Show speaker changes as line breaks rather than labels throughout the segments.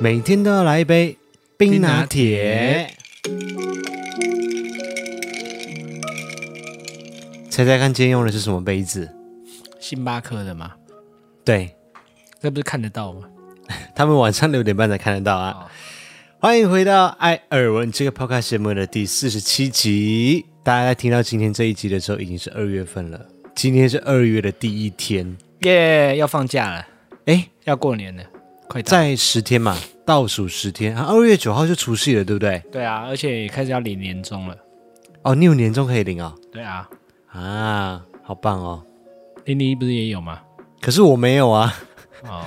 每天都要来一杯冰拿铁。猜猜看，今天用的是什么杯子？
星巴克的吗？
对
这不是看得到吗？
他们晚上六点半才看得到啊。
哦
欢迎回到艾尔文这个 podcast 节目的第四十七集。大家在听到今天这一集的时候，已经是二月份了。今天是二月的第一天，
耶、要放假了，
哎，
要过年了，快到。
在十天嘛，倒数十天啊，二月九号就除夕了，对不对？
对啊，而且也开始要领年终了。
哦，你有年终可以领哦，
对啊，
啊，好棒哦！
零零一不是也有吗？
可是我没有啊。
哦，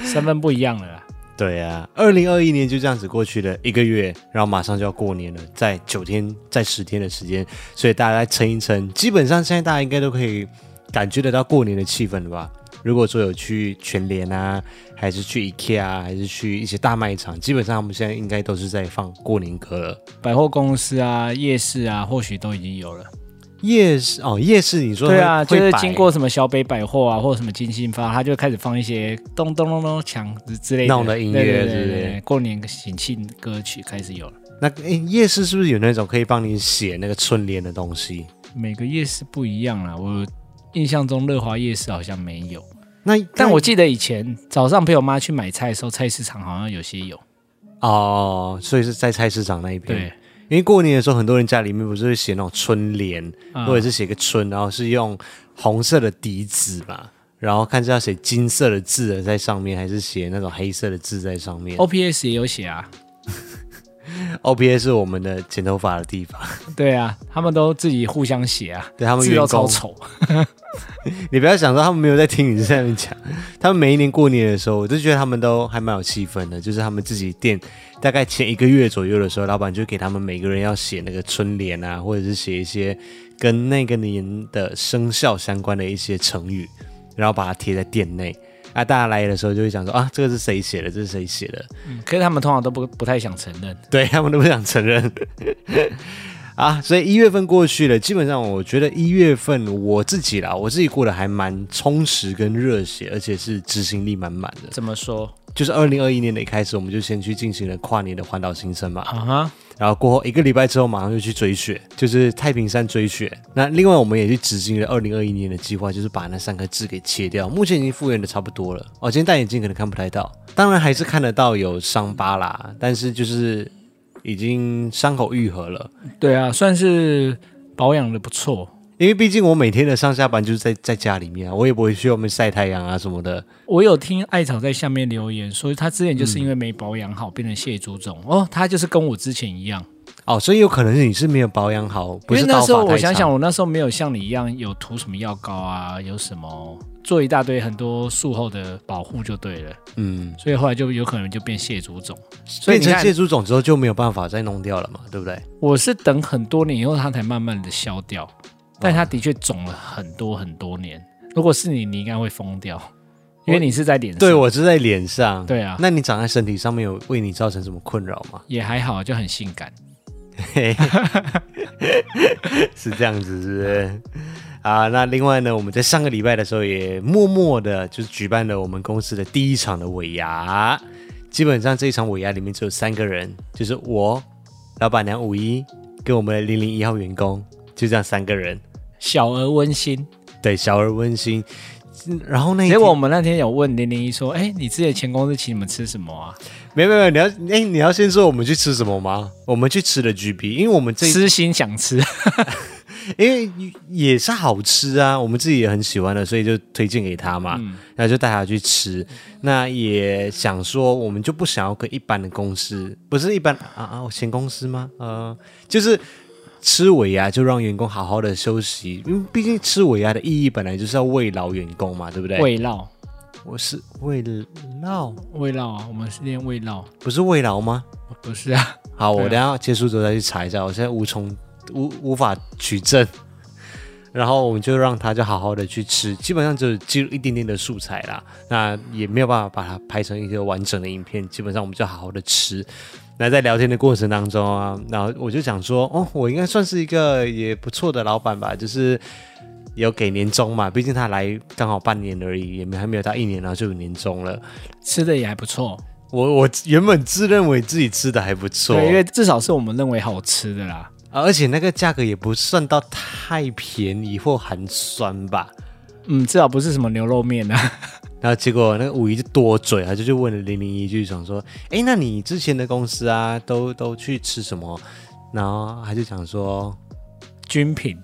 身份不一样了啦。
对啊，二零二一年就这样子过去了一个月，然后马上就要过年了，在九天、在十天的时间，所以大家来撑一撑。基本上现在大家应该都可以感觉得到过年的气氛了吧？如果说有去全联啊，还是去 IKEA 啊，还是去一些大卖场，基本上我们现在应该都是在放过年歌了。
百货公司啊、夜市啊，或许都已经有了。
夜市哦，夜市你说
对啊，
会
就是
摆
经过什么小北百货啊，或者什么金信发，他就开始放一些咚咚咚咚锵之之类的
那种的音乐
对对对
是不是
对对过年喜庆歌曲开始有了。
那诶夜市是不是有那种可以帮你写那个春联的东西？
每个夜市不一样啦，我印象中乐华夜市好像没有，
那
但我记得以前早上陪我妈去买菜的时候，菜市场好像有些有。
哦，所以是在菜市场那一边。
对，
因为过年的时候，很多人家里面不是会写那种春联，
嗯
或者是写个春，然后是用红色的底子嘛，然后看是要写金色的字的在上面，还是写那种黑色的字在上面。
OPS 也有写啊，
O P A 是我们的剪头发的地方，
对啊，他们都自己互相写啊，
对他们
字
员
都超
工，
丑。
你不要想说他们没有在听你在那边讲，他们每一年过年的时候，我就觉得他们都还蛮有气氛的，就是他们自己店大概前一个月左右的时候，老板就给他们每个人要写那个春联啊，或者是写一些跟那个年的生肖相关的一些成语，然后把它贴在店内。啊，大家来的时候就会想说啊，这个是谁写的？这是谁写的？
嗯可是他们通常都不不太想承认。
对他们都不想承认。啊，所以一月份过去了，基本上我觉得一月份我自己啦，我自己过得还蛮充实跟热血，而且是执行力满满的。
怎么说
就是二零二一年的一开始，我们就先去进行了跨年的环岛行程嘛，
啊哈？
然后过后一个礼拜之后，马上就去追雪，就是太平山追雪。那另外我们也去执行了二零二一年的计划，就是把那三颗痣给切掉，目前已经复原的差不多了。哦，今天戴眼镜可能看不太到，当然还是看得到有伤疤啦，但是就是已经伤口愈合了。
对啊，算是保养的不错。
因为毕竟我每天的上下班就是在在家里面啊，我也不会去外面晒太阳啊什么的。
我有听艾草在下面留言说，他之前
嗯
就是因为没保养好，变成蟹足肿。哦，他就是跟我之前一样，
哦，所以有可能是你是没有保养好，不
因为
是
那时候
刀法
我
太
想
长
想，我那时候没有像你一样有涂什么药膏啊，有什么做一大堆很多术后的保护就对了，
嗯，
所以后来就有可能就变蟹足肿。所以
变
你
成
看
蟹，足肿之后就没有办法再弄掉了嘛，对不对？
我是等很多年以后它才慢慢的消掉，但它的确肿了很多很多年。如果是你，你应该会疯掉，因为你是在脸上。
对，我是在脸上。
对啊，
那你长在身体上面有为你造成什么困扰吗？
也还好，就很性感。
嘿是这样子，是不是？啊，那另外呢，我们在上个礼拜的时候也默默的，就是举办了我们公司的第一场的尾牙。基本上这一场尾牙里面只有三个人，就是我、老板娘五一跟我们的零零一号员工，就这样三个人。
小而温馨。
对，小而温馨。嗯然后那一
结
天
果我们那天有问零零一说：“哎、你之前前公司请你们吃什么啊？
没有没有，你要哎、你要先说我们去吃什么吗？我们去吃了 GB，因为我们这一
私心想吃。
因为也是好吃啊，我们自己也很喜欢的，所以就推荐给他嘛，然后就带他去吃。那也想说，我们就不想要跟一般的公司，不是一般啊啊，我前公司吗？呃，就是吃尾牙就让员工好好的休息，因为毕竟吃尾牙的意义本来就是要慰劳员工嘛，对不对？
味烙，
我是慰劳，
味烙啊，我们是练味烙，
不是慰劳吗？
不是啊，
好，我
对啊
等一下结束之后再去查一下，我现在无从无无法取证。 然后我们就让他就好好的去吃，基本上只有记录一点点的素材啦，那也没有办法把它拍成一个完整的影片。基本上我们就好好的吃。那在聊天的过程当中啊，然后我就想说，哦，我应该算是一个也不错的老板吧，就是有给年终嘛，毕竟他来刚好半年而已，也没还没有到一年，然后就有年终了。
吃的也还不错。
我我原本自认为自己吃的还不错，
对，因为至少是我们认为好吃的啦。
啊而且那个价格也不算到太便宜或寒酸吧。
嗯，至少不是什么牛肉面啊。
然后结果那个五一就多嘴，他就去问了零零一句，想说：“哎，那你之前的公司啊，都都去吃什么？”然后他就讲说
军品，：“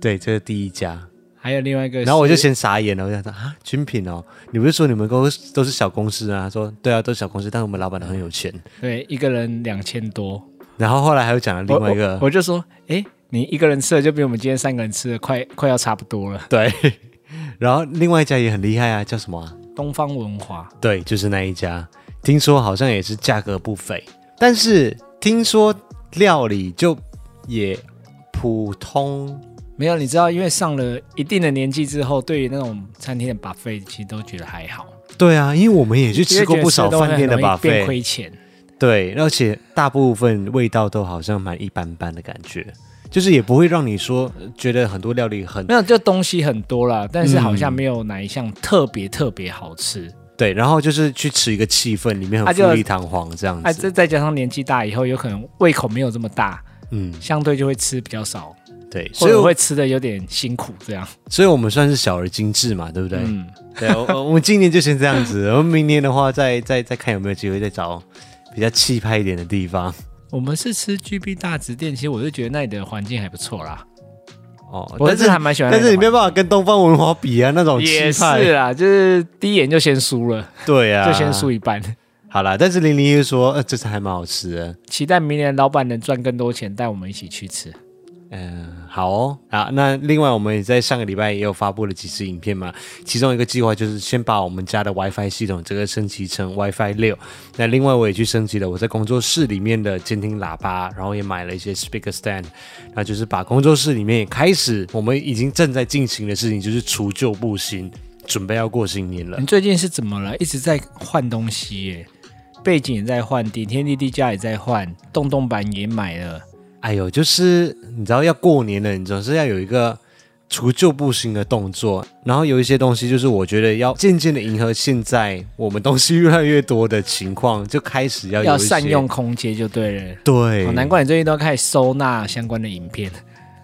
对，这是第一家。
还有另外一个是，”
然后我就先傻眼了，我想说：“啊，军品哦，你不是说你们公司都是小公司啊？”他说：“对啊，都是小公司，但是我们老板都很有钱。
对一个人两千多，”
然后后来还有讲了另外一
我我
个，
我就说，哎，你一个人吃的就比我们今天三个人吃的快快要差不多了。
对，然后另外一家也很厉害啊，叫什么啊、
东方文华，
对，就是那一家。听说好像也是价格不菲，但是听说料理就也普通。
没有，你知道，因为上了一定的年纪之后，对于那种餐厅的 buffet 其实都觉得还好，
对啊，因为我们也去
因
吃
为
过
觉得
不少
吃东西
饭店的
很容易变
buffet，
亏钱。
对，而且大部分味道都好像蛮一般般的感觉，就是也不会让你说呃觉得很多料理 很
没有，就东西很多啦，但是好像
嗯
没有哪一项特别特别好吃。
对，然后就是去吃一个气氛，里面
啊
很
就
富丽堂皇这样
哎、
子。
这再加上年纪大以后，有可能胃口没有这么大，
嗯，
相对就会吃比较少，
对，所
所
以
以
我
会吃的有点辛苦这样。
所以我们算是小而精致嘛，对不对？
嗯，
对，我我我们今年就先这样子， 我们明年的话再再再看有没有机会再找比较气派一点的地方
我们是吃 GB 大直店，其实我就觉得那里的环境还不错啦，
哦。
我
但
是
是
还蛮喜欢那
但
里的
是
环
你
境。
没有办法跟东方文化比啊，那种气
也
派，
是啦，就是第一眼就先输了，
对啊，
就先输。一半。
好啦，但是零零一说，呃，这次还蛮好吃的，
期待明年老板能赚更多钱，带我们一起去吃。
嗯，好哦，啊，那另外我们也在上个礼拜也有发布了几支影片嘛，其中一个计划就是先把我们家的 WiFi 系统这个升级成 WiFi 六，那另外我也去升级了我在工作室里面的监听喇叭，然后也买了一些 speaker stand，那就是把工作室里面也开始我们已经正在进行的事情，就是除旧布新，准备要过新年了
你。最近是怎么了？一直在换东西耶，背景也在换，顶天立地家也在换，洞洞板也买了。
哎呦，就是你知道要过年了，你总是要有一个除旧布新的动作。然后有一些东西，就是我觉得要渐渐的迎合现在我们东西越来越多的情况，就开始要有
要
一些
善用。空间就对了。
对，
哦，难怪你最近都开始收纳相关的影片。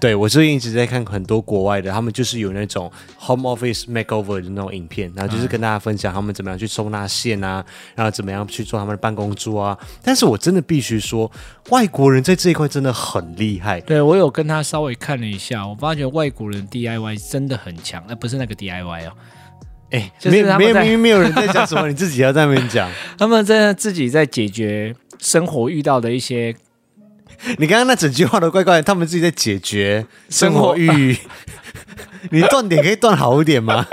对我最近一直在看很多国外的，他们就是有那种 home office makeover 的那种影片，然后就是跟大家分享他们怎么样去收纳线啊，然后怎么样去做他们的办公桌啊。但是我真的必须说，外国人在这一块真的很厉害。
对我有跟他稍微看了一下，我发觉外国人 DIY 真的很强，呃，不是那个 DIY 哦，
哎，
就是
没有
他们
没有
在
明明没有人在讲什么，你自己要在那边 讲。
他们真的自己在解决生活遇到的一些
你刚刚那整句话都怪怪的，他们自己在解决生活欲。 你断点可以断好一点吗？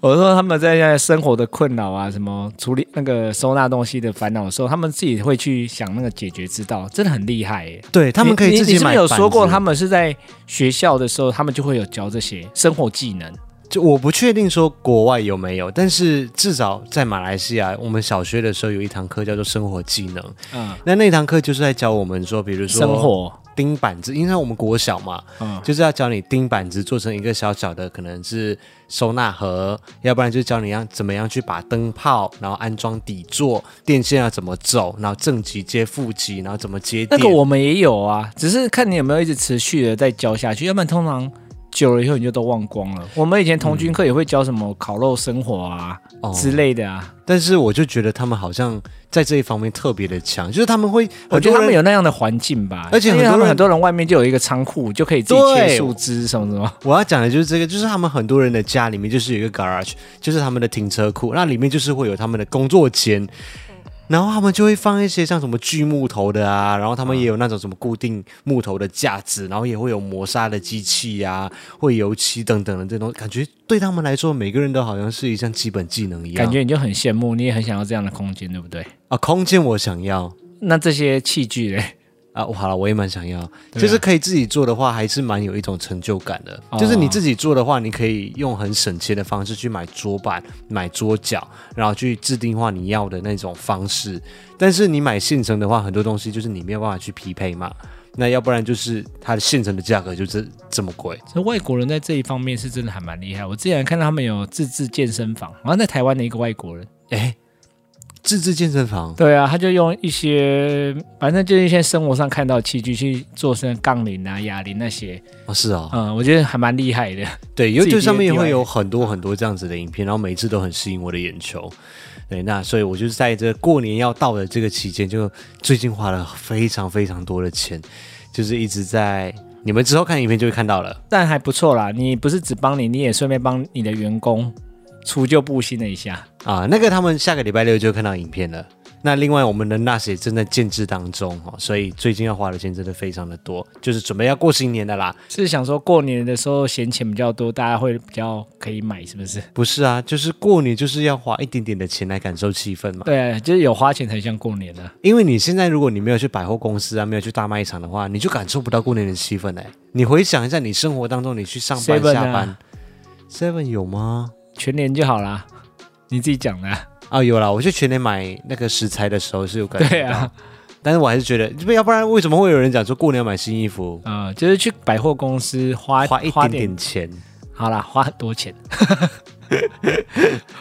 我说他们在生活的困扰啊，什么处理那个收纳东西的烦恼的时候，他们自己会去想那个解决之道，真的很厉害耶。
对他们可以自
你你你
己
是不
买。
是有说过，他？们是在学校的时候，他们就会有教这些生活技能？
就我不确定说国外有没有，但是至少在马来西亚，我们小学的时候有一堂课叫做生活技能。
嗯，
那那堂课就是在教我们说，比如说
生活，
钉板子，因为我们国小嘛，
嗯，
就是要教你钉板子做成一个小小的，可能是收纳盒，要不然就教你要怎么样去把灯泡，然后安装底座，电线要怎么走，然后正极接负极，然后怎么接
那
电。
个我们也有啊，只是看你有没有一直持续的在教下去，要不然通常。久了以后你就都忘光了。我们以前童军课也会教什么烤肉生活啊、
哦
之类的啊，
但是我就觉得他们好像在这一方面特别的强，就是他们会，
我觉得他们
有，
有那样的环境吧，
而且
因为
很多
他们
人
很多人外面就有一个仓库，就可以自己切
对
树枝什么什么。
我要讲的就是这个，就是他们很多人的家里面就是有一个 garage，就是他们的停车库，那里面就是会有他们的工作间。然后他们就会放一些像什么锯木头的啊，然后他们也有那种什么固定木头的架子，然后也会有磨砂的机器呀、啊，会油漆等等的这种，感觉对他们来说，每个人都好像是一项基本技能一样。
感觉你就很羡慕，你也很想要这样的空间，对不对？
啊，空间我想要
那这些器具嘞，
啊，我好了，我也蛮想要，就是可以自己做的话，还是蛮有一种成就感的。
哦
就是你自己做的话，你可以用很省钱的方式去买桌板、买桌角，然后去制定化你要的那种方式。但是你买现成的话，很多东西就是你没有办法去匹配嘛。那要不然就是它的现成的价格就是这么贵。
这外国人在这一方面是真的还蛮厉害。我之前看到他们有自制健身房，然后在台湾的一个外国人，
哎，自制健身房，
对啊，他就用一些，反正就是一些生活上看到的器具去做成杠铃啊、哑铃那些，
哦，是哦，
嗯，我觉得还蛮厉害的。
对
自己
，YouTube
的
上面也会
DIY
有很多很多这样子的影片，然后每一次都很吸引我的眼球。对，那所以我就是在这过年要到的这个期间，就最近花了非常非常多的钱，就是一直在你们之后看影片就会看到了。
但还不错啦。你不是只帮你，你也顺便帮你的员工除旧布新了一下。
啊，那个他们下个礼拜六就会看到影片了。那另外，我们的 NAS 也正在建制当中哦，所以最近要花的钱真的非常的多，就是准备要过新年的啦。
是想说过年的时候闲钱比较多，大家会比较可以买，是不是？
不是啊，就是过年就是要花一点点的钱来感受气氛嘛。
对，啊就是有花钱才像过年啊呢、
因为你现在如果你没有去百货公司啊，没有去大卖场的话，你就感受不到过年的气氛哎、你回想一下，你生活当中你去上班
Seven 啊
下班，Seven 有吗？
全年就好啦。你自己讲的啊、
啊，有啦，我去全年买那个食材的时候是有感觉到，
对啊，
但是我还是觉得，要不然为什么会有人讲说过年要买新衣服，
呃，就是去百货公司花
花一点点钱？
好啦，花很 多钱，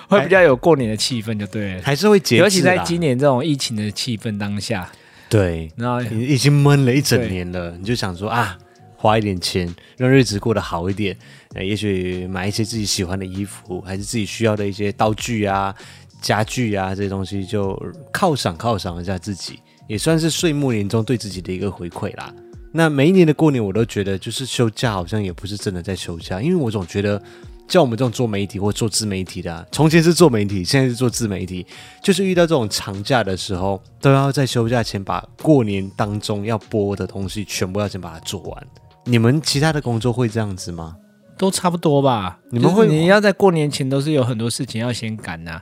会比较有过年的气氛就对了。
还是会哎节制啦，啊
尤其在今年这种疫情的气氛当下，
对，
然后
你已经闷了一整年了，你就想说啊，花一点钱让日子过得好一点，呃，也许买一些自己喜欢的衣服，还是自己需要的一些道具啊、家具啊这些东西，就犒赏犒赏一下自己，也算是岁末年终对自己的一个回馈啦。那每一年的过年，我都觉得就是休假好像也不是真的在休假，因为我总觉得。像我们这种做媒体或做自媒体的、啊，从前是做媒体，现在是做自媒体，就是遇到这种长假的时候，都要在休假前把过年当中要播的东西全部要先把它做完。你们其他的工作会这样子吗？
都差不多吧。
你们会
就是你要在过年前都是有很多事情要先赶啊呐、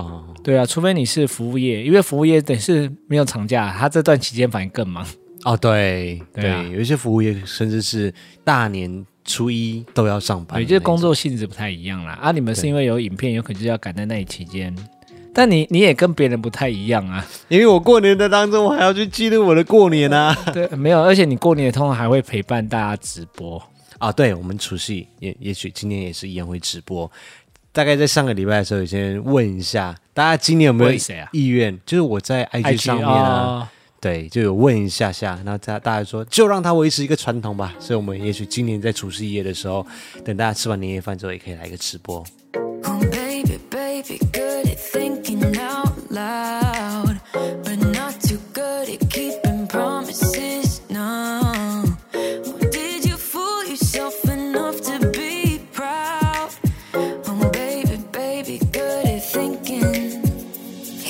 哦、
对啊，除非你是服务业，因为服务业等是没有长假，他这段期间反而更忙。
哦，对
对啊
有一些服务业甚至是大年初一都要上班的那
对，
种，
就是工作性质不太一样啦。啊，你们是因为有影片，有可能就是要赶在那里期间，但你你也跟别人不太一 样啊。
因为我过年的当中，我还要去记录我的过年啊。
对，没有，而且你过年通常还会陪伴大家直播。
啊，对，我们除夕也也许今年也是一样会直播。大概在上个礼拜的时候，先问一下大家今年有没有
问谁啊
意愿？就是我在 IG 上面啊，
哦
对，就有问一下下，那大大家说就让它维持一个传统吧。所以我们也许今年在除夕夜的时候，等大家吃完年夜饭之后，也可以来一个直播。
Oh, baby, baby, good at thinking out loud, but not too good at keeping promises. No, did you fool yourself enough to be proud? Oh, baby, baby, good at thinking.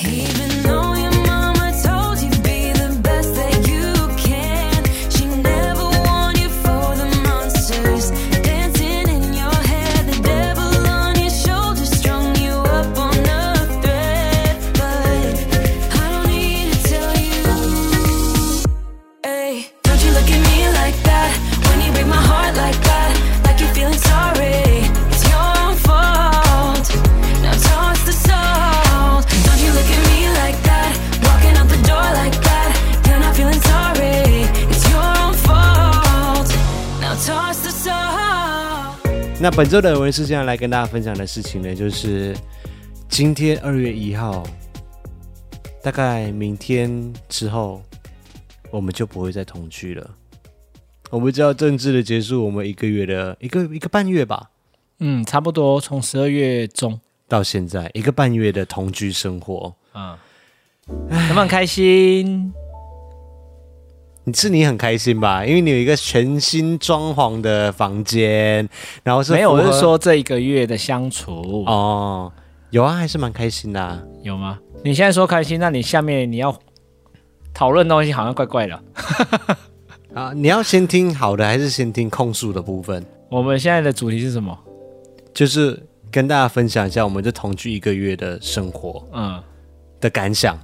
Even though your mama told you be the best that you can, she never warned you for the monsters dancing in your head. The devil on your shoulder strung you up on a thread, but I don't need to tell you. Hey, don't you look at me like that when you break my heart like that, like you're feeling sorry. It's your own fault. Now toss the salt. Don't you look at me like that, walking out the door like that. You're not feeling sorry. It's your own fault. Now toss the salt.
那本周的文是这样来跟大家分享的事情呢，就是今天二月一号，大概明天之后，我们就不会再同居了。我们知道政治的结束，我们一个月的一个一个半月吧，
嗯，差不多从十二月中，
到现在一个半月的同居生活，
嗯，能不能开心？
你是你很开心吧？因为你有一个全新装潢的房间，然后是
没有，
符
我
合
是说这一个月的相处、
哦，有啊，还是蛮开心的啊、
有吗？你现在说开心，那你下面你要讨论的东西好像怪怪的。
啊。你要先听好的，还是先听控诉的部分？
我们现在的主题是什么？
就是跟大家分享一下我们这同居一个月的生活
嗯，
的感想，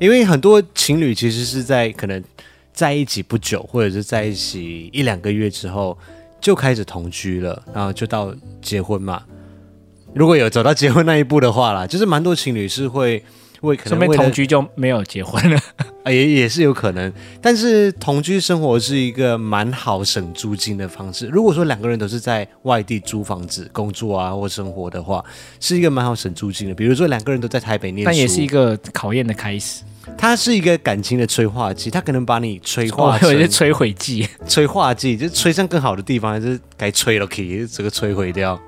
因为很多情侣其实是在可能在一起不久，或者是在一起一两个月之后就开始同居了，然后就到结婚嘛。如果有走到结婚那一步的话啦，就是蛮多情侣是会为可
说
能
明
为
同
了
居就没有结婚了。
啊，也也是有可能。但是同居生活是一个蛮好省租金的方式。如果说两个人都是在外地租房子工作啊或生活的话，是一个蛮好省租金的。比如说两个人都在台北念书，
但也是一个考验的开始，
它是一个感情的催化剂，它可能把你催
哇
化，成
哦有一些摧毁剂。
催化剂，就是催向更好的地方，还是该催了，可以整个摧毁掉，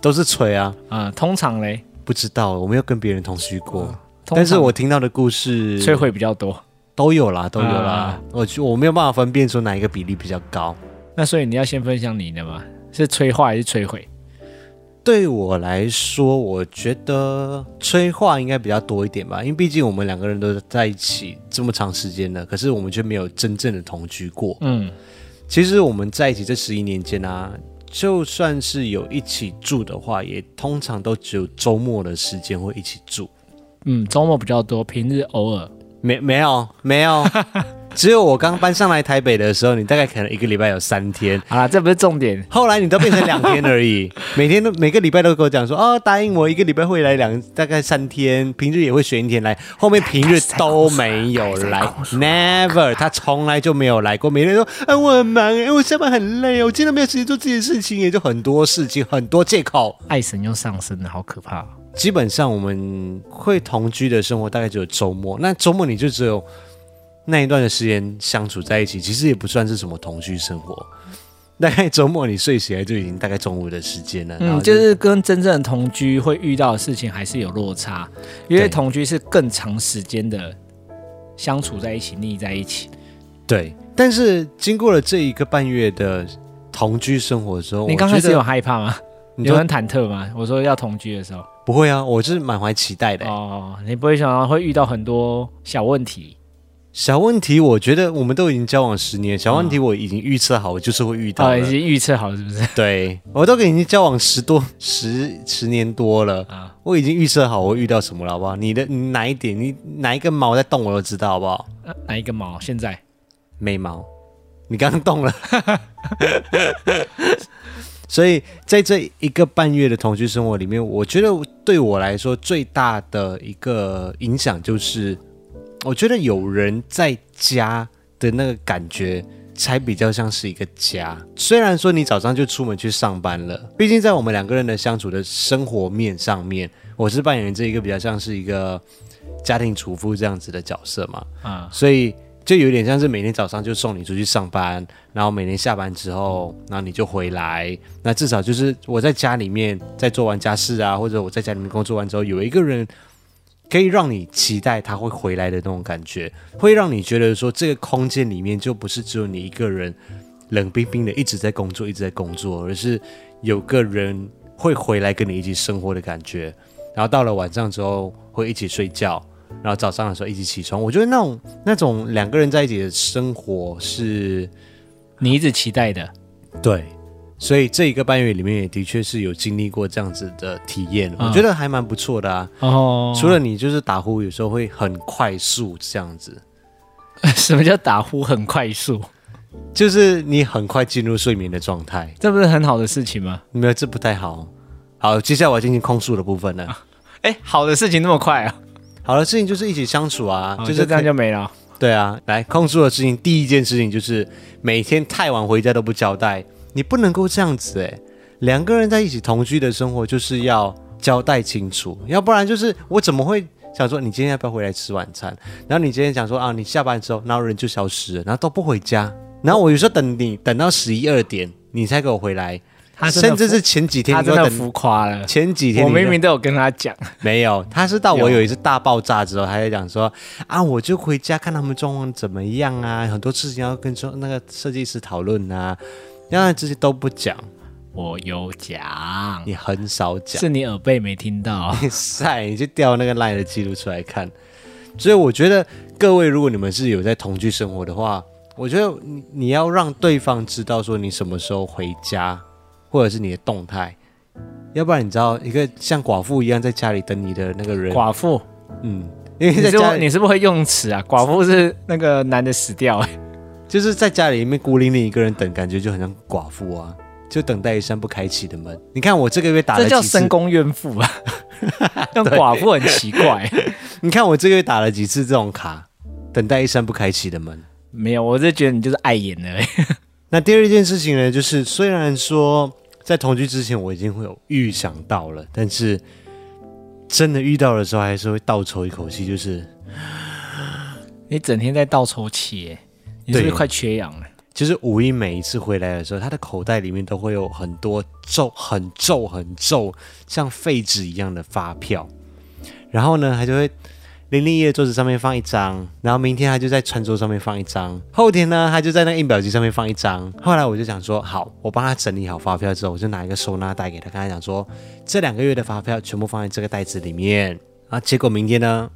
都是催啊。
啊。通常嘞，
不知道，我没有跟别人同居过，
哦通常
但是我听到的故事
摧毁比较多。
都有啦，都有啦
啊。
我我没有办法分辨出哪一个比例比较高。
那所以你要先分享你的嘛，是催化还是摧毁？
对我来说，我觉得催化应该比较多一点吧，因为毕竟我们两个人都在一起这么长时间了，可是我们却没有真正的同居过。
嗯，
其实我们在一起这十一年间啊，就算是有一起住的话，也通常都只有周末的时间会一起住。
嗯，周末比较多，平日偶尔。
没没有没有，只有我刚搬上来台北的时候，你大概可能一个礼拜有三天。
好啦，这不是重点。
后来你都变成两天而已，每天都每个礼拜都跟我讲说，哦，答应我一个礼拜会来两，大概三天，平日也会选一天来，后面平日都没有来，never，他从来就没有来过，每天都说，啊，我很忙，哎，我下班很累，我今天没有时间做自己的事情，也就很多事情，很多借口。
爱神又上升了，好可怕、哦。
基本上我们会同居的生活大概只有周末，那周末你就只有那一段的时间相处在一起，其实也不算是什么同居生活。 大概周末你睡起来就已经大概中午的时间了，然
嗯，
后
就是跟真正的同居会遇到的事情还是有落差，因为
对
同居是更长时间的相处在一起、腻在一起。
对。但是经过了这一个半月的同居生活之后，
你
我
刚开
觉
始
得
有害怕吗？
你
有啊
说
很忐忑吗？我说要同居的时候，
不会啊？我是满怀期待的欸、
哦，你不会想到会遇到很多小问题，
小问题，我觉得我们都已经交往十
哦
年，小问题我已经预测好，我就是会遇到
啊，
了。
已经预测好是不是？
对我都跟你交往十多十十年多了
啊
我已经预设好我会遇到什么了，好不好？你的你哪一点，你哪一根毛在动，我都知道，好不好？
啊哪一个毛？现在
眉毛，你刚刚动了。 所以在这一个半月的同居生活里面，我觉得对我来说最大的一个影响就是，我觉得有人在家的那个感觉。才比较像是一个家。虽然说你早上就出门去上班了，毕竟在我们两个人的相处的生活面上面，我是扮演这一个比较像是一个家庭主妇这样子的角色嘛。
啊，
所以就有点像是每天早上就送你出去上班，然后每天下班之后，然后你就回来。那至少就是我在家里面在做完家事啊，或者我在家里面工作完之后，有一个人可以让你期待他会回来的那种感觉，会让你觉得说这个空间里面就不是只有你一个人冷冰冰的一直在工作，一直在工作，而是有个人会回来跟你一起生活的感觉。然后到了晚上之后会一起睡觉，然后早上的时候一起起床。我觉得那种那种两个人在一起的生活是，
你一直期待的，
对，所以这一个半月里面也的确是有经历过这样子的体验，
嗯
我觉得还蛮不错的啊。
哦，
除了你就是打呼，有时候会很快速这样子，
什么叫打呼很快速，
就是你很快进入睡眠的状态，
这不是很好的事情吗？
没有这不太好。好，接下来我要进行控诉的部分了。
哎，好的事情那么快啊，
好的事情就是一起相处啊，
哦
就是
这样
可以
就没了。
对啊，来控诉的事情，第一件事情就是每天太晚回家都不交代，你不能够这样子诶、两个人在一起同居的生活就是要交代清楚，要不然就是我怎么会想说你今天要不要回来吃晚餐？然后你今天想说啊，你下班之后，然后人就消失了，然后都不回家，然后我有时候等你等到十一二点，你才给我回来，
他真的
甚至
浮
是前几天
他
你给我
真的
等
浮夸了。
前几天
我
你
明
就
明都有跟他讲，
没有，他是到我
有
有一次大爆炸之后，他在讲说啊，我就回家看他们状况怎么样啊，很多事情要跟说那个设计师讨论啊，然后这些都不讲，
我有讲，
你很少讲，
是你耳背没听到。
你晒 你就调那个 line 的记录出来看。所以我觉得各位，如果你们是有在同居生活的话，我觉得你你要让对方知道说你什么时候回家，或者是你的动态，要不然你知道一个像寡妇一样在家里等你的那个人，
寡妇，
嗯，因为
你
在
是不
家
是
里
你是不是会用词啊？寡妇是那个男的死掉、欸，
就是在家里面孤零零一个人等，感觉就很像寡妇啊，就等待一扇不开启的门。 你看我这个月打了
这
几
叫
次
深宫怨妇啊！用寡妇很奇怪、
你看我这个月打了几次这种卡，等待一扇不开启的门。
没有，我是觉得你就是碍眼而已。
那第二件事情呢，就是虽然说在同居之前我已经会有预想到了，但是真的遇到的时候还是会倒抽一口气，就是
你整天在倒抽气耶，你是不是
对
快缺氧了？
就是五一每一次回来的时候，他的口袋里面都会有很多皱、很皱、很皱，像废纸一样的发票。然后呢，他就会零零一的桌子上面放一张，然后明天他就在餐桌上面放一张，后天呢，他就在那个印表机上面放一张。后来我就想说，好，我帮他整理好发票之后，我就拿一个收纳袋给他，跟他讲说，这两个月的发票全部放在这个袋子里面。啊，结果明天呢，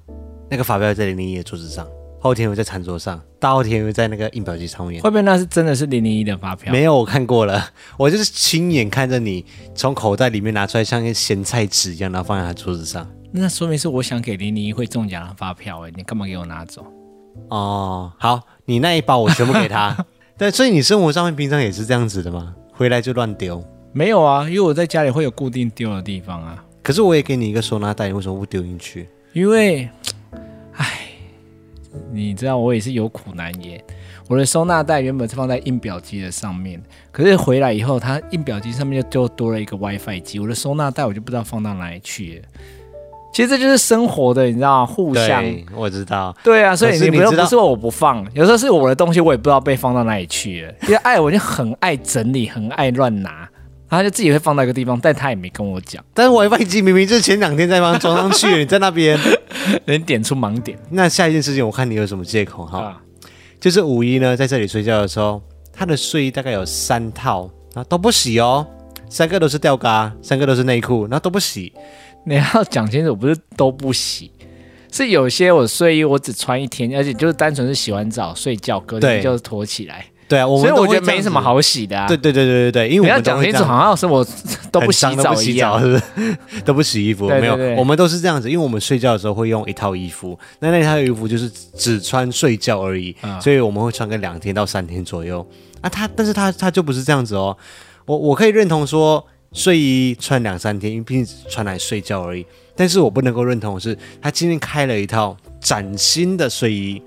那个发票在零零一的桌子上，后天又在餐桌上，大后天又在那个印表机上面。
会不会那是真的是零零一的发票？
没有，我看过了，我就是亲眼看着你从口袋里面拿出来，像一个咸菜纸一样，然后放在他桌子上。
那说明是我想给零零一会中奖的发票哎，你干嘛给我拿走？
哦，好，你那一包我全部给 他。对，所以你生活上面平常也是这样子的吗？回来就乱丢。
没有啊，因为我在家里会有固定丢的地方啊，
可是我也给你一个收纳袋，你为什么不丢进去？
因为，唉，你知道我也是有苦难言。我的收纳袋原本是放在印表机的上面，可是回来以后，它印表机上面就多了一个 WiFi 机，我的收纳袋我就不知道放到哪里去了。其实这就是生活的，你知道吗？互相
对，我知道。
对啊，所以
可是
你
你
不用
知道
不是我不放，有时候是我的东西，我也不知道被放到哪里去了。因为爱我就很爱整理，很爱乱拿，然后就自己会放到一个地方，但他也没跟我讲，
但是 WiFi 机明明就是前两天才帮它装上 去，你在那边。
能点出盲点
那下一件事情，我看你有什么借口哈？
啊。
就是五一呢，在这里睡觉的时候，他的睡衣大概有三套，然后都不洗哦，三个都是吊嘎，三个都是内裤，然后都不洗。
你要讲清楚，不是都不洗，是有些我睡衣我只穿一天，而且就是单纯是洗完澡睡觉，隔天
对
就脱起来，
对啊，我
所
们
以
都
我
会
觉得没什么好洗的啊。
这样子。对对对对对对，因
你
为我
要
们都
讲
会
清
这
楚，
样
好像是我 都不洗
很脏都
澡
不
一
洗
样
澡，。是不是？ 都不洗衣服，
对对
没有
对，
我们都是这样子，因为我们睡觉的时候会用一套衣服，那那套衣服就是只穿睡觉而已，
嗯
所以我们会穿个两天到三天左右。啊，他，但是他他就不是这样子哦，我我可以认同说睡衣穿两三天，因为毕竟只穿来睡觉而已，但是我不能够认同的是他今天开了一套崭新的睡衣。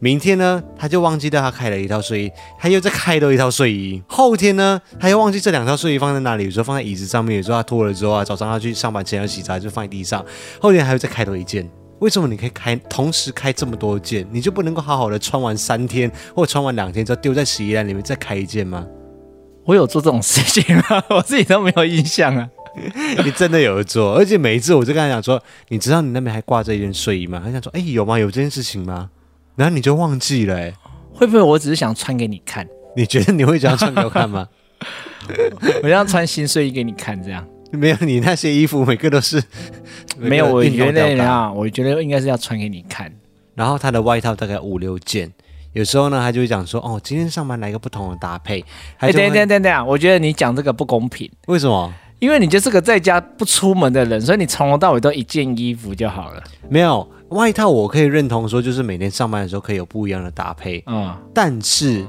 明天呢，他就忘记掉他开了一套睡衣，他又再开了一套睡衣。后天呢，他又忘记这两套睡衣放在哪里，有时候放在椅子上面，有时候他脱了之后啊，早上他去上班前要洗澡就放在地上。后天还会再开多一件。为什么你可以开同时开这么多件，你就不能够好好的穿完三天或穿完两天之后丢在洗衣篮里面再开一件吗？
我有做这种事情吗？ 我自己都没有印象啊。
你真的有做，而且每一次我就跟他讲说，你知道你那边还挂着一件睡衣吗？他想说，哎、有吗？有这件事情吗？然后你就忘记了、欸，
会不会我只是想穿给你看，
你觉得你会这样穿给我看吗？
我要穿新睡衣给你看这样？
没有，你那些衣服每个都是
没有，我
每个运
觉
动吊
得
带
啊，我觉得应该是要穿给你看。
然后他的外套大概五六件，有时候呢，他就会讲说，哦，今天上班来一个不同的搭配。
哎、
哎
等一下等一下等一下，我觉得你讲这个不公平，
为什么？
因为你就是个在家不出门的人，所以你从头到尾都一件衣服就好了。
没有外套，我可以认同说，就是每天上班的时候可以有不一样的搭配，
嗯，
但是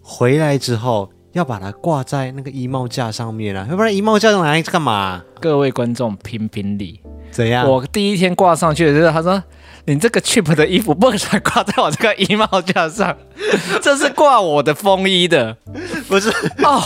回来之后要把它挂在那个衣帽架上面啊，要不然衣帽架拿来干嘛、
各位观众评评理。
怎样？
我第一天挂上去的时候，他说：“你这个 cheap 的衣服不可能挂在我这个衣帽架上， 这是挂我的风衣的。”
不是
哦，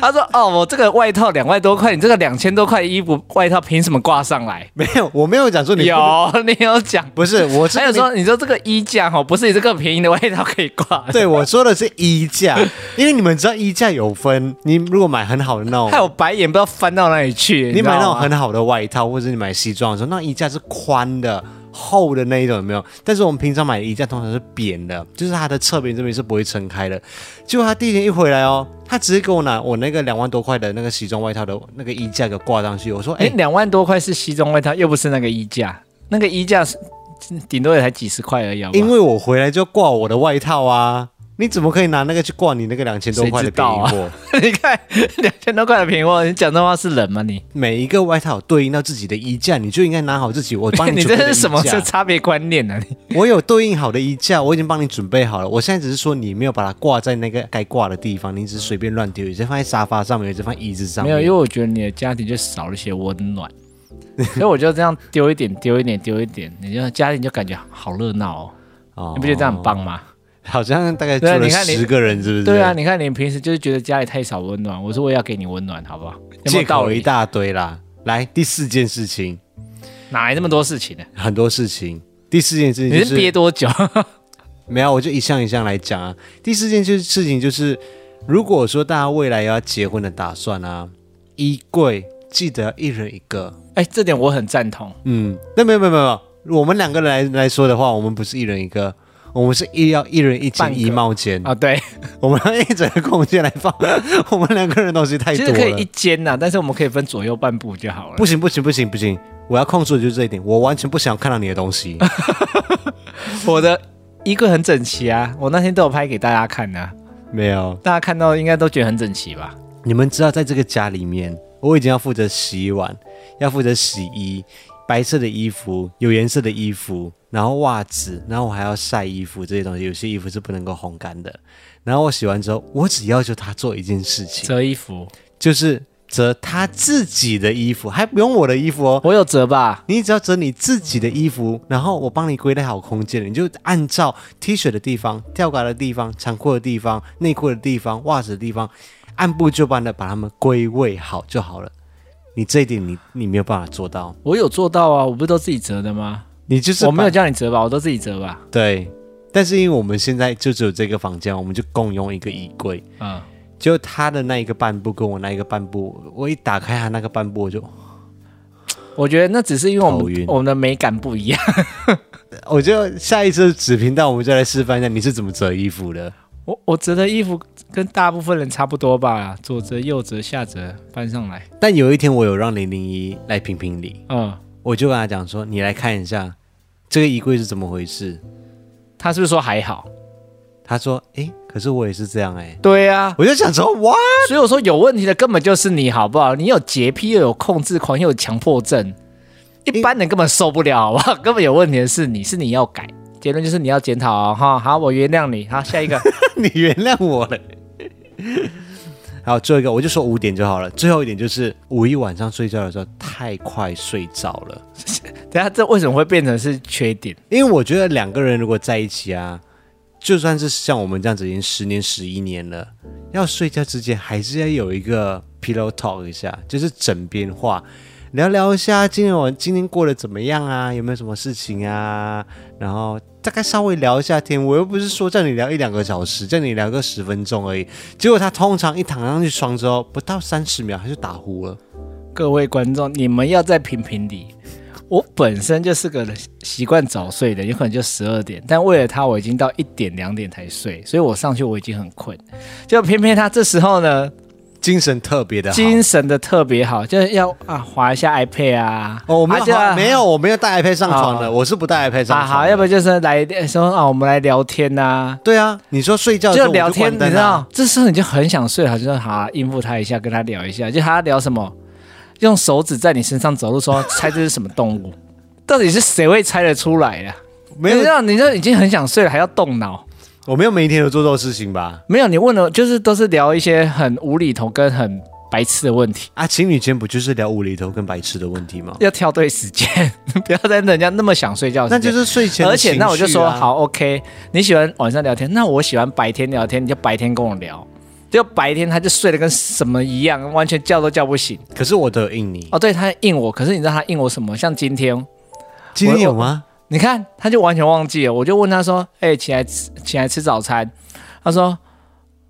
他说：“哦，我这个外套两万多块，你这个两千多块的衣服外套凭什么挂上来？”
没有，我没有讲说你不
有， 你有讲。
不是，我是
还有说，你说这个衣架哦，不是你这个便宜的外套可以挂。
对，我说的是衣架，因为你们知道衣架有分，你如果买很好的那种
害，我白眼不知道翻到哪里去。
你买那种
知道吗
很好的外套，或者你买西装的时候，那衣架是宽的、厚的那一种，有没有？但是我们平常买的衣架通常是扁的，就是它的侧边这边是不会撑开的。结果他第一天一回来哦，他直接给我拿我那个两万多块的那个西装外套的那个衣架给挂上去。我说，哎、
哎，两万多块是西装外套，又不是那个衣架，那个衣架是顶多也才几十块而已好不好。
因为我回来就挂我的外套啊，你怎么可以拿那个去挂你那个两千多块的
谁知道
便宜
啊
货？
你看两千多块的便宜货，你讲这话是人吗你？
每一个外套有对应到自己的衣架，你就应该拿好自己。我帮
你
准备
这
的
是
衣
什么
架
是差别观念呢、啊？你
我有对应好的衣架，我已经帮你准备好了。我现在只是说你没有把它挂在那个该挂的地方，你只是随便乱丢，有些放在沙发上面，有些放椅子上
没
面。
有，因为我觉得你的家庭就少了一些温暖。所以我就这样丢一点，丢一点，丢一点，你就家里就感觉好热闹哦，
哦
你不觉得这样很？棒吗？
好像大概住
对啊
了
你看你
十个人，是不是？
对啊，，你看你平时就是觉得家里太少温暖，我说我也要给你温暖，好不好？有没
借
有道
口
理
一，大堆啦。来，第四件事情，
哪来那么多事情呢？
很多事情。第四件事情
你
就是
憋多久？
没有，我就一项一项来讲啊。第四件就是事情就是，如果说大家未来要结婚的打算啊，衣柜记得一人一个。
哎，这点我很赞同。
嗯，那没有没有没有，我们两个人来来说的话，我们不是一人一个，我们是一要一人一间
半个
衣帽间，
啊，对，
我们要一整个空间来放我们两个人的东西太
其
多
实可以一
了。
间呐、但是我们可以分左右半步就好了。
不行不行不行不行，我要控制的就是这一点，我完全不想看到你的东西。
我的衣柜很整齐啊，我那天都有拍给大家看啊，
没有，
大家看到应该都觉得很整齐吧？
你们知道，在这个家里面，我已经要负责洗碗，要负责洗衣，白色的衣服，有颜色的衣服，然后袜子，然后我还要晒衣服这些东西。有些衣服是不能够烘干的。然后我洗完之后，我只要求他做一件事情，
折衣服，
就是折他自己的衣服，还不用我的衣服哦。
我有折吧？
你只要折你自己的衣服，然后我帮你归类好空间了，你就按照 T 恤的地方、吊嘎的地方、长裤的地方、内裤的地方、袜子的地方，按部就班的把它们归位好就好了。你这一点你你没有办法做到，
我有做到啊，我不是都自己折的吗？
你就是
我没有
把
叫你折吧，我都自己折吧。
对。但是因为我们现在就只有这个房间，我们就共用一个衣柜，
嗯，
就他的那一个半部跟我那一个半部，我一打开他那个半部，我就
我觉得那只是因为我
头
们
晕
我们的美感不一样。
我就下一次子频道我们就来示范一下你是怎么折衣服的。
我我折的衣服跟大部分人差不多吧，左折、右折、下折翻上来。
但有一天我有让零零一来评评理，
嗯，
我就跟他讲说：“你来看一下这个衣柜是怎么回事。
他是不是说还好？”
他说：“诶，可是我也是这样诶。
对啊，
我就想说：“哇，
所以我说有问题的根本就是你，好不好？你有洁癖，又有控制狂，又有强迫症，一般人根本受不了，好不好？根本有问题的是你，是你要改。结论就是你要检讨哦哈、好，我原谅你。好，下 一个，
你原谅我了。” 好，最后一个我就说五点就好了。最后一点就是五一晚上睡觉的时候太快睡着了，
等下这为什么会变成是缺点？
因为我觉得两个人如果在一起啊，就算是像我们这样子已经十年、十一年了，要睡觉之前还是要有一个 pillow talk 一下，就是枕边话，聊聊一下今天我今天过得怎么样啊，有没有什么事情啊，然后大概稍微聊一下天。我又不是说叫你聊一两个小时，叫你聊个十分钟而已。结果他通常一躺上去床之后，不到三十秒他就打呼了。
各位观众，你们要再评评理。我本身就是个习惯早睡的，有可能就十二点，但为了他，我已经到一点两点才睡，所以我上去我已经很困，就偏偏他这时候呢，
精神特别的好，
精神的特别好，就是要啊滑一下 iPad 啊。
哦，我没
啊就
有、没有，我没有带 iPad 上床的，
哦
我是不带 iPad 上
啊，
床的。
好，要不然就是来说啊，我们来聊天呐、
对啊，你说睡觉的时候
就聊
我
天，
关
你
灯
知
啊
道，这时候你就很想睡，好像好、啊、应付他一下，跟他聊一下，就他聊什么，用手指在你身上走路说，猜这是什么动物， 到底是谁会猜得出来呀、
没
你知
有，
道，你就已经很想睡了，还要动脑。
我没有每一天都做这种事情吧？
没有，你问了，就是都是聊一些很无厘头跟很白痴的问题，
啊，情侣间不就是聊无厘头跟白痴的问题吗？
要挑对时间， 不要在人家那么想睡觉的时
那
间。
就是睡前的
哦而且
情
那我就
绪
说
啊，
好，OK，你喜欢晚上聊天，那我喜欢白天聊天，你就白天跟我聊。就白天他就睡得跟什么一样，完全叫都叫不醒。
可是我都有应你。
哦，对，他应我，可是你知道他应我什么？像今天，
今天有吗？
你看他就完全忘记了。我就问他说：“哎、起来吃，起来吃早餐。”他说：“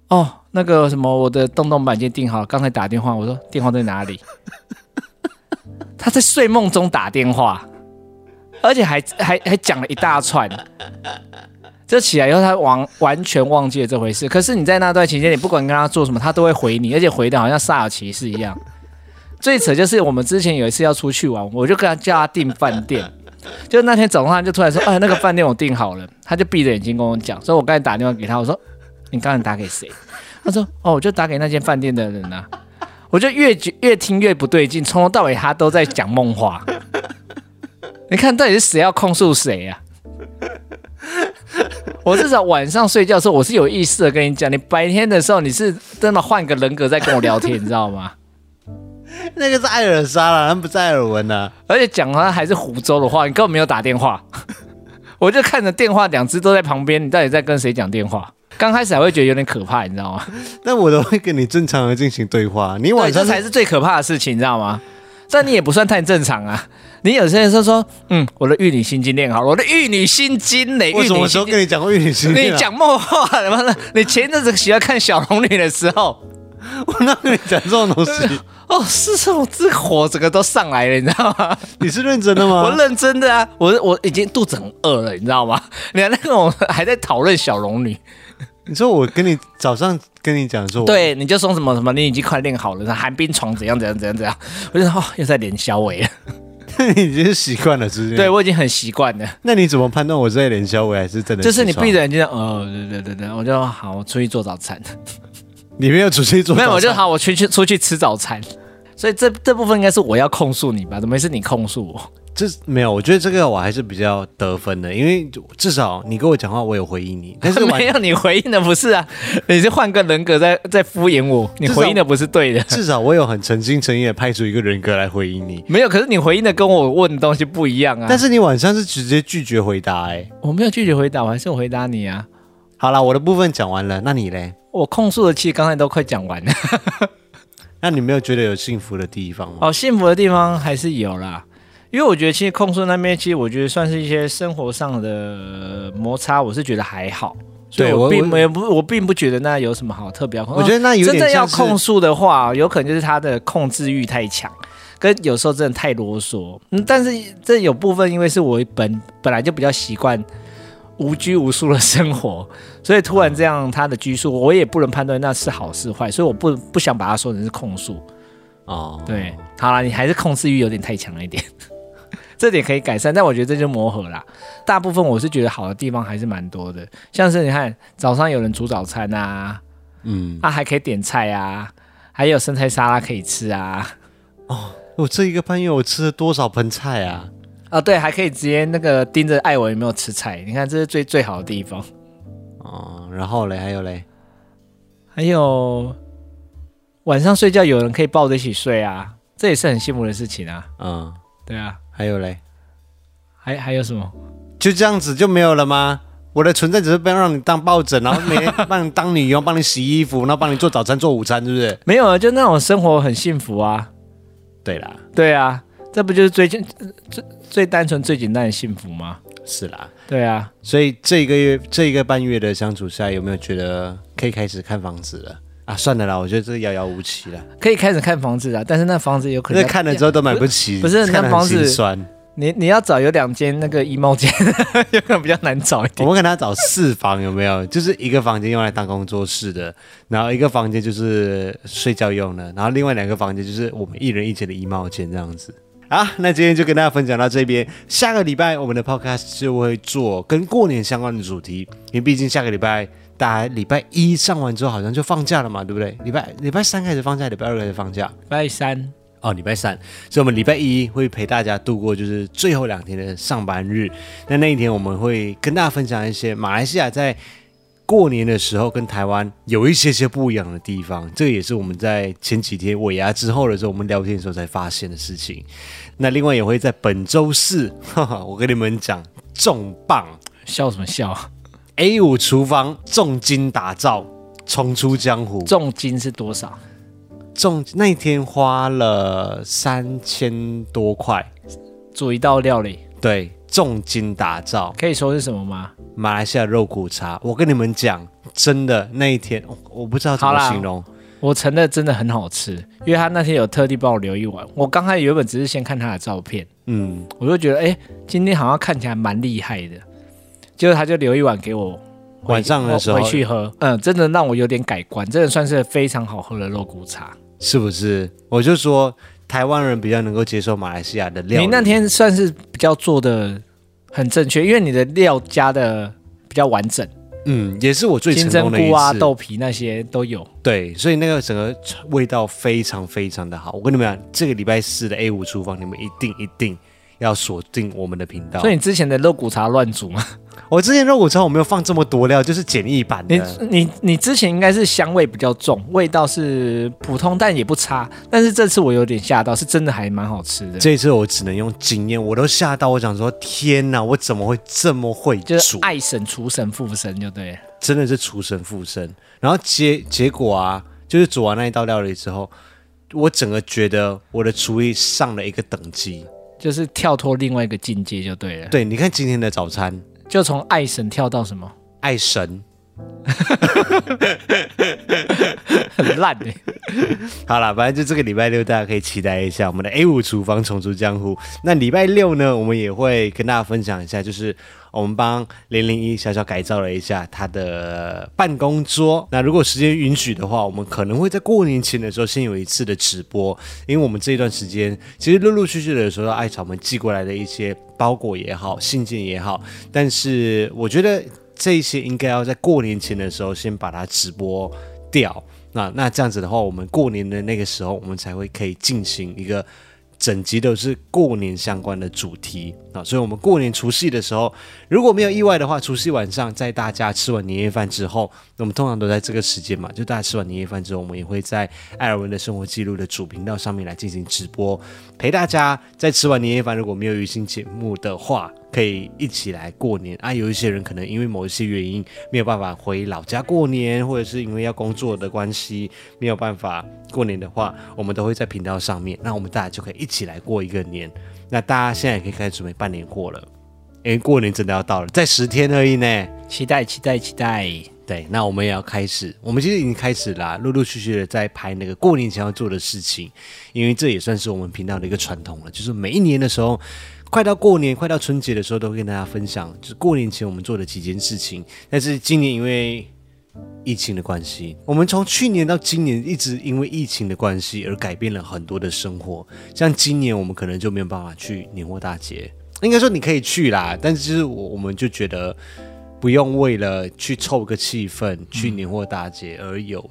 哦，那个什么，我的洞洞板已经订好了，刚才打电话。”我说：“电话在哪里？” 他在睡梦中打电话，而且还还还讲了一大串。这起来以后，他完完全忘记了这回事。可是你在那段期间，你不管跟他做什么，他都会回你，而且回的好像煞有其事一样。最扯就是我们之前有一次要出去玩，我就跟他叫他订饭店，就那天早上他就突然说：“哎，那个饭店我订好了。”他就闭着眼睛跟我讲，所以我刚才打电话给他，我说：“你刚才打给谁？”他说：“哦，我就打给那间饭店的人啊。”我就越觉越听越不对劲，从头到尾他都在讲梦话。你看到底是谁要控诉谁呀、啊？我至少晚上睡觉的时候我是有意识的跟你讲，你白天的时候你是真的换个人格在跟我聊天，你知道吗？
那个是艾尔莎啦，他们不是艾尔文呐、
而且讲他还是湖州的话，你根本没有打电话， 我就看着电话两只都在旁边，你到底在跟谁讲电话？刚开始还会觉得有点可怕，你知道吗？
但我都会跟你正常的进行对话。你
对，
晚
这
上
才是最可怕的事情，你知道吗？但你也不算太正常啊。你有些人说说，嗯，我的玉女心经练好了，我的玉女心经嘞，玉
我
女
什么时
心
候
经。
跟你讲过玉女心经啊？
你讲梦话了吗？你前一阵子喜欢看小龙女的时候，
我哪跟你讲这种东 西？
哦，是这种这火整个都上来了，你知道吗？
你是认真的吗？
我认真的啊，我我已经肚子很饿了，你知道吗？你还在跟我还在讨论小龙女，
你说我跟你早上跟你讲说，，
对，你就说什么什么，你已经快练好了，寒冰床怎样怎样怎样怎样，我就说哦，又在连消尾了，
你已经习惯了，是不是？
对，我已经很习惯了，
那你怎么判断我是在脸消委还是真的？
就是你闭，着眼睛，哦，对对对对，我就好，我出去做早餐，
你没有出去做早
没
餐，
有，我就好，我出去出去吃早餐，所以这这部分应该是我要控诉你吧？怎么会是你控诉我？
这没有，我觉得这个我还是比较得分的，因为至少你跟我讲话，我有回应 你，但是
没
晚
有，你回应的不是啊，你是换个人格在在敷衍我，你
至少
回应的不是对的。
至少我有很诚心诚意的派出一个人格来回应你。
没有，可是你回应的跟我问的东西不一样啊。
但是你晚上是直接拒绝回答、哎，
我没有拒绝回答，我还是有回答你啊。
好啦，我的部分讲完了，那你嘞？
我控诉的其实刚才都快讲完了。
那你没有觉得有幸福的地方吗？
哦，幸福的地方还是有啦，因为我觉得其实控诉那边，其实我觉得算是一些生活上的摩擦，我是觉得还好。所以
对
我
我
并
我
没有不，我并不觉得那有什么好特别要控。
我觉得那有
哦真
点
正要
像是
控诉的话，有可能就是他的控制欲太强，跟有时候真的太啰嗦。嗯，但是这有部分因为是我本本来就比较习惯无拘无束的生活， 所以突然这样他的拘束，我也不能判断那是好是坏，所以我不不想把它说成是控诉。
哦，
对，好啦，你还是控制欲有点太强了一点， 这点可以改善，但我觉得这就磨合啦。大部分我是觉得好的地方还是蛮多的，像是你看早上有人煮早餐啊，
嗯，
啊还可以点菜啊，还有生菜沙拉可以吃啊，
我哦这一个半月我吃了多少盆菜啊？
啊对，还可以直接那个盯着艾文有没有吃菜，你看这是最最好的地方。
哦，然后嘞，还有嘞，
还有晚上睡觉有人可以抱着一起睡啊，这也是很幸福的事情啊。
嗯，
对啊，
还有嘞，
还还有什么？
就这样子就没有了吗？我的存在只是被让你当抱枕，然后每 天帮你当女佣，帮你洗衣服，然后帮你做早餐、做午餐，是不是？
没有啊，就那种生活很幸福啊。
对啦，
对啊，这不就是最最最单纯、最简单的幸福吗？
是啦。
对啊，
所以这一个月、这一个半月的相处下来，有没有觉得可以开始看房子了？啊，算了啦，我觉得这遥遥无期了。
可以开始看房子啊，但是那房子有可
可是
能
看了之后都买不起，
不是
看得
那房
很
子
心酸。
你你要找有两间那个衣帽间， 有可能比较难找一
我
点。
们可能要找四房，有没有？ 就是一个房间用来当工作室的，然后一个房间就是睡觉用的，然后另外两个房间就是我们一人一间的衣帽间这样子。好，那今天就跟大家分享到这边。下个礼拜我们的 podcast 就会做跟过年相关的主题，因为毕竟下个礼拜大家礼拜一上完之后好像就放假了嘛，对不对？礼拜礼拜三开始放假，礼拜二开始放假。
拜三，
哦，礼拜三，所以我们礼拜一会陪大家度过就是最后两天的上班日。那那一天我们会跟大家分享一些马来西亚在过年的时候跟台湾有一些些不一样的地方，这个也是我们在前几天尾牙之后的时候，我们聊天的时候才发现的事情。那另外也会在本周四，哈哈，我跟你们讲重磅
笑什么笑啊？
A 五厨房重金打造，重出江湖。
重金是多少？
重那一天花了三千多块。
煮一道料理
对，重金打造
可以说是什么吗？
马来西亚肉骨茶。我跟你们讲，真的那一天，我我不知道怎
好
么
啦
形容。
我承认真的很好吃，因为他那天有特地帮我留一碗。我刚开始原本只是先看他的照片，
嗯，
我就觉得哎、诶今天好像看起来蛮厉害的，结果他就留一碗给我。回
晚上的时候
回去喝，嗯，真的让我有点改观，真的算是非常好喝的肉骨茶。
是不是？我就说台湾人比较能够接受马来西亚的料理。
你那天算是比较做的很正确，因为你的料加的比较完整，
嗯，也是我最
金
成
针
功的一
菇
次。
啊、豆皮那些都有。
对，所以那个整个味道非常非常的好。我跟你们讲，这个礼拜四的 A 五厨房，你们一定一定要锁定我们的频道。
所以你之前的肉骨茶乱 煮吗？
我之前肉骨茶我没有放这么多料，就是简易版
你
的。
你你之前应该是香味比较重，味道是普通但也不差，但是这次我有点吓到，是真的还蛮好吃的，
这一次我只能用经验，我都吓到，我想说天哪，我怎么会这么会煮？
就是爱神厨神附身就对了。
真的是厨神附身。然后结结果啊，就是煮完那一道料理之后，我整个觉得我的厨艺上了一个等级。
就是跳脱另外一个境界就对了，
对，你看今天的早餐，
就从爱神跳 到什么
爱神。
很烂哎、
好了，反正就这个礼拜六大家可以期待一下我们的 A 五厨房重出江湖。那礼拜六呢，我们也会跟大家分享一下，就是我们帮零零一小小改造了一下他的办公桌。那如果时间允许的话，我们可能会在过年前的时候先有一次的直播，因为我们这一段时间其实陆陆续续的有收到艾草们寄过来的一些包裹也好，信件也好，但是我觉得这些应该要在过年前的时候先把它直播掉。那那这样子的话，我们过年的那个时候，我们才会可以进行一个整集都是过年相关的主题啊。所以，我们过年除夕的时候，如果没有意外的话，除夕晚上在大家吃完年夜饭之后，那我们通常都在这个时间嘛，就大家吃完年夜饭之后，我们也会在艾尔文的生活记录的主频道上面来进行直播，陪大家在吃完年夜饭，如果没有娱乐新节目的话。可以一起来过年啊！有一些人可能因为某一些原因没有办法回老家过年，或者是因为要工作的关系没有办法过年的话，我们都会在频道上面，那我们大家就可以一起来过一个年。那大家现在也可以开始准备办年货了，因为过年真的要到了，在十天而已呢。
期待期待期待，
对，那我们也要开始，我们其实已经开始啦，陆陆续续的在拍那个过年前要做的事情，因为这也算是我们频道的一个传统了，就是每一年的时候，快到过年、快到春节的时候，都会跟大家分享，就是过年前我们做的几件事情。但是今年因为疫情的关系，我们从去年到今年一直因为疫情的关系而改变了很多的生活。像今年我们可能就没有办法去年货大街，应该说你可以去啦，但是就是我我们就觉得不用为了去凑个气氛去年货大街而有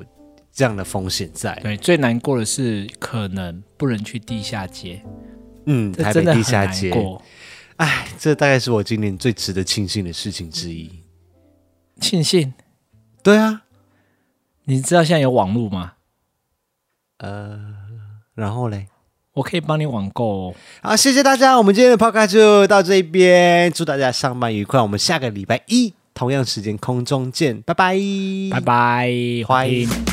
这样的风险在。
对，最难过的是可能不能去地下街，
嗯，
这
台北
真的
地
很
下
难
街，
过。
哎，这大概是我今年最值得庆幸的事情之一。
庆幸
对啊，
你知道现在有网络吗？
然后嘞。
我可以帮你网购哦。
好，谢谢大家，我们今天的 podcast 就到这边，祝大家上班愉快，我们下个礼拜一同样时间空中见，拜拜，
拜拜，
嗯欢迎。